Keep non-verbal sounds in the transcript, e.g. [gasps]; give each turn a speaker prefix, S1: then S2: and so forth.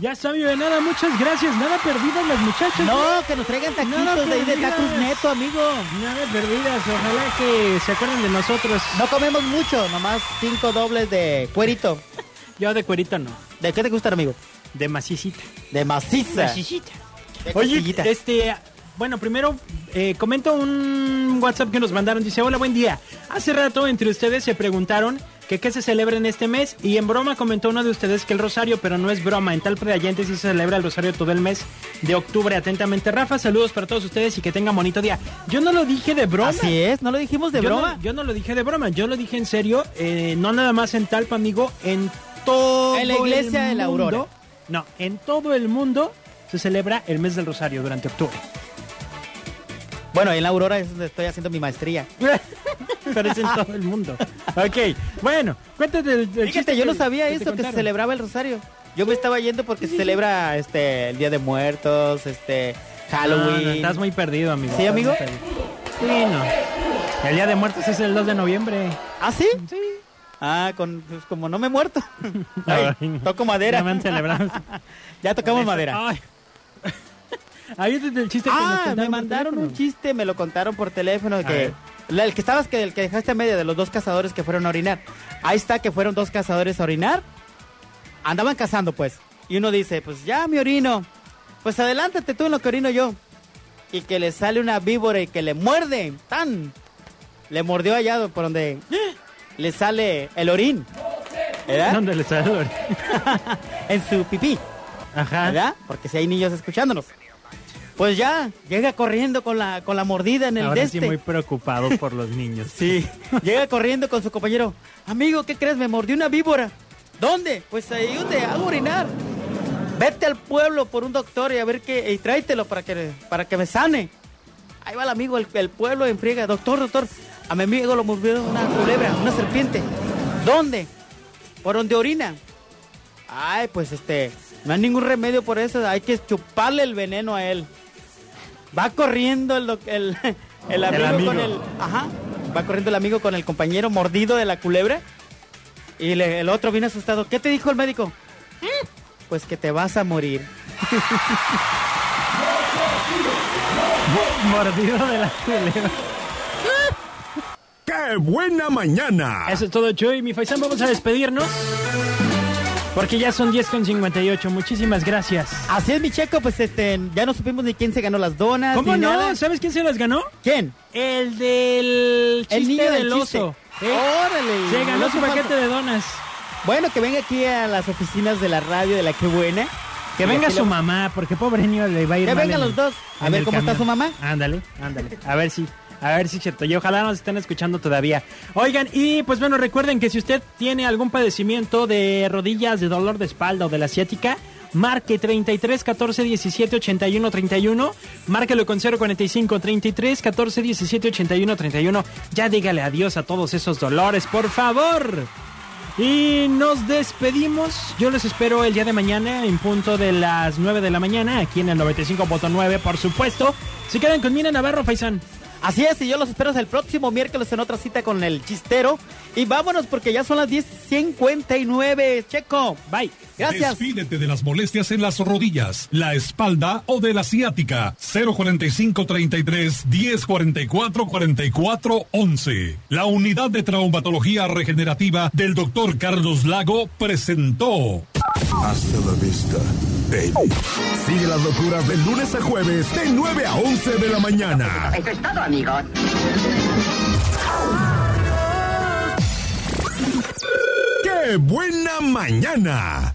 S1: Ya está, mi venada, muchas gracias. Nada perdidas las muchachas.
S2: No, que nos traigan taquitos
S1: Nada
S2: de ahí de
S1: perdidas.
S2: tacos neto, amigo.
S1: Nada perdidas. Ojalá que se acuerden de nosotros.
S2: No comemos mucho, nomás cinco dobles de cuerito.
S1: Yo de cuerito no.
S2: ¿De qué te gusta, amigo?
S1: De macicita.
S2: De maciza. De
S1: Oye,
S2: costillita.
S1: este, bueno, primero eh, comento un WhatsApp que nos mandaron. Dice, hola, buen día. Hace rato entre ustedes se preguntaron que qué se celebra en este mes y en broma comentó uno de ustedes que el Rosario, pero no es broma. En tal Allende sí se celebra el Rosario todo el mes de octubre. Atentamente, Rafa, saludos para todos ustedes y que tengan bonito día. Yo no lo dije de broma.
S2: Así es, no lo dijimos de
S1: yo
S2: broma.
S1: No, yo no lo dije de broma, yo lo dije en serio, eh, no nada más en Talpa, amigo, en todo
S2: En la iglesia
S1: el
S2: de la
S1: mundo-
S2: Aurora.
S1: No, en todo el mundo se celebra el mes del Rosario durante
S2: [laughs]
S1: octubre.
S2: Bueno, en la Aurora es donde estoy haciendo mi maestría.
S1: Pero es en todo el mundo. Ok, bueno, cuéntate el, el chiste
S2: Fíjate, yo
S1: que-
S2: no sabía
S1: que te
S2: eso, que se
S1: contaron.
S2: celebraba el rosario. Yo me estaba yendo porque se celebra este el Día de Muertos, este
S1: Ah, No,
S2: Halloween.
S1: no, estás muy perdido, amigo.
S2: ¿Sí,
S1: Estás
S2: amigo?
S1: muy perdido. Sí, no. El Día de Muertos es el 2 de noviembre.
S2: ¿Ah, sí?
S1: Sí.
S2: Ah, con, pues, como no me he muerto. Ay,
S1: [laughs] Ay.
S2: toco madera.
S1: Ya me han
S2: [laughs]
S1: celebrado.
S2: Ya tocamos madera.
S1: Ay. [laughs] Ayúdate el chiste que nos
S2: Ah,
S1: contaron
S2: me
S1: por
S2: mandaron un
S1: teléfono.
S2: chiste, me lo contaron por teléfono que
S1: ver.
S2: la- el que estabas que el que dejaste a medio de los dos cazadores que fueron a orinar. Ahí está que fueron dos cazadores a orinar. Andaban cazando pues. Y uno dice, "Pues ya me orino." Pues adelántate tú en lo que orino yo. Y que le sale una víbora y que le muerde. Tan. Le mordió allá por donde [gasps] le sale el orín. ¿Verdad?
S1: ¿Dónde le sale el ori-
S2: En su pipí.
S1: Ajá.
S2: ¿verdad? Porque si hay niños escuchándonos. Pues ya, llega corriendo con la, con la mordida en el
S1: Ahora
S2: de
S1: sí
S2: este.
S1: muy preocupado por los niños.
S2: Sí, llega corriendo con su compañero. Amigo, ¿qué crees? Me mordió una víbora. ¿Dónde? Pues ahí donde hago orinar. Vete al pueblo por un doctor y a ver qué, y tráetelo para que, para que me sane. Ahí va el amigo, el, el pueblo en friega. Doctor, doctor, a mi amigo lo mordió una culebra, una serpiente. ¿Dónde? ¿Por donde orina? Ay, pues este, no hay ningún remedio por eso, hay que chuparle el veneno a él. Va corriendo el, doc- el, [laughs] el amigo, con el...
S1: amigo.
S2: Ajá, va corriendo el amigo con el compañero mordido de la culebra. Y le- el otro viene asustado. ¿Qué te dijo el médico? "Mm, Pues que te vas a morir.
S1: [laughs] Mordido de la culebra.
S3: ¡Qué buena mañana!
S1: Eso es todo, Chuy. Mi Faisán, vamos a despedirnos. Porque ya son 10 con 58. Muchísimas gracias.
S2: Así es, mi checo, pues este, ya no supimos ni quién se ganó las donas.
S1: ¿Cómo
S2: ni
S1: no?
S2: nada.
S1: ¿Sabes quién se las ganó?
S2: ¿Quién?
S1: El del chiste
S2: El niño del, chiste.
S1: oso. ¿eh?
S2: Órale.
S1: Se ganó
S2: No
S1: su
S2: hace
S1: paquete
S2: falta.
S1: de donas.
S2: Bueno, que venga aquí a las oficinas de la radio de la Qué Buena.
S1: Que
S2: Y
S1: venga
S2: aquí
S1: su
S2: lo-
S1: mamá, porque pobre niño le va a ir
S2: Que
S1: mal
S2: vengan
S1: en-
S2: los dos. A
S1: en
S2: ver
S1: el
S2: cómo está
S1: camión.
S2: su mamá.
S1: Ándale, ándale. A ver si, a ver si es cierto. Y ojalá nos estén escuchando todavía. Oigan, y pues bueno, recuerden que si usted tiene algún padecimiento de rodillas, de dolor de espalda o de la asiática, marque 33 14 17 81 31. Márquelo con 045 33 14 17 81 31. Ya dígale adiós a todos esos dolores, por favor. Y nos despedimos. Yo les espero el día de mañana en punto de las 9 de la mañana, aquí en el 95.9, por supuesto. Se quedan con Mina Navarro, Faisán.
S2: Así es, y yo los espero el próximo miércoles en otra cita con el chistero. Y vámonos porque ya son las 10.59, Checo.
S1: Bye.
S2: Gracias.
S3: Despídete de las molestias en las rodillas, la espalda o de la ciática. 045 33 10 44 44 11. La unidad de traumatología regenerativa del doctor Carlos Lago presentó.
S4: Hasta la vista, baby. Sigue las locuras de lunes a jueves, de 9 a 11 de la mañana.
S5: Eso es todo, amigos.
S4: ¡Qué buena mañana!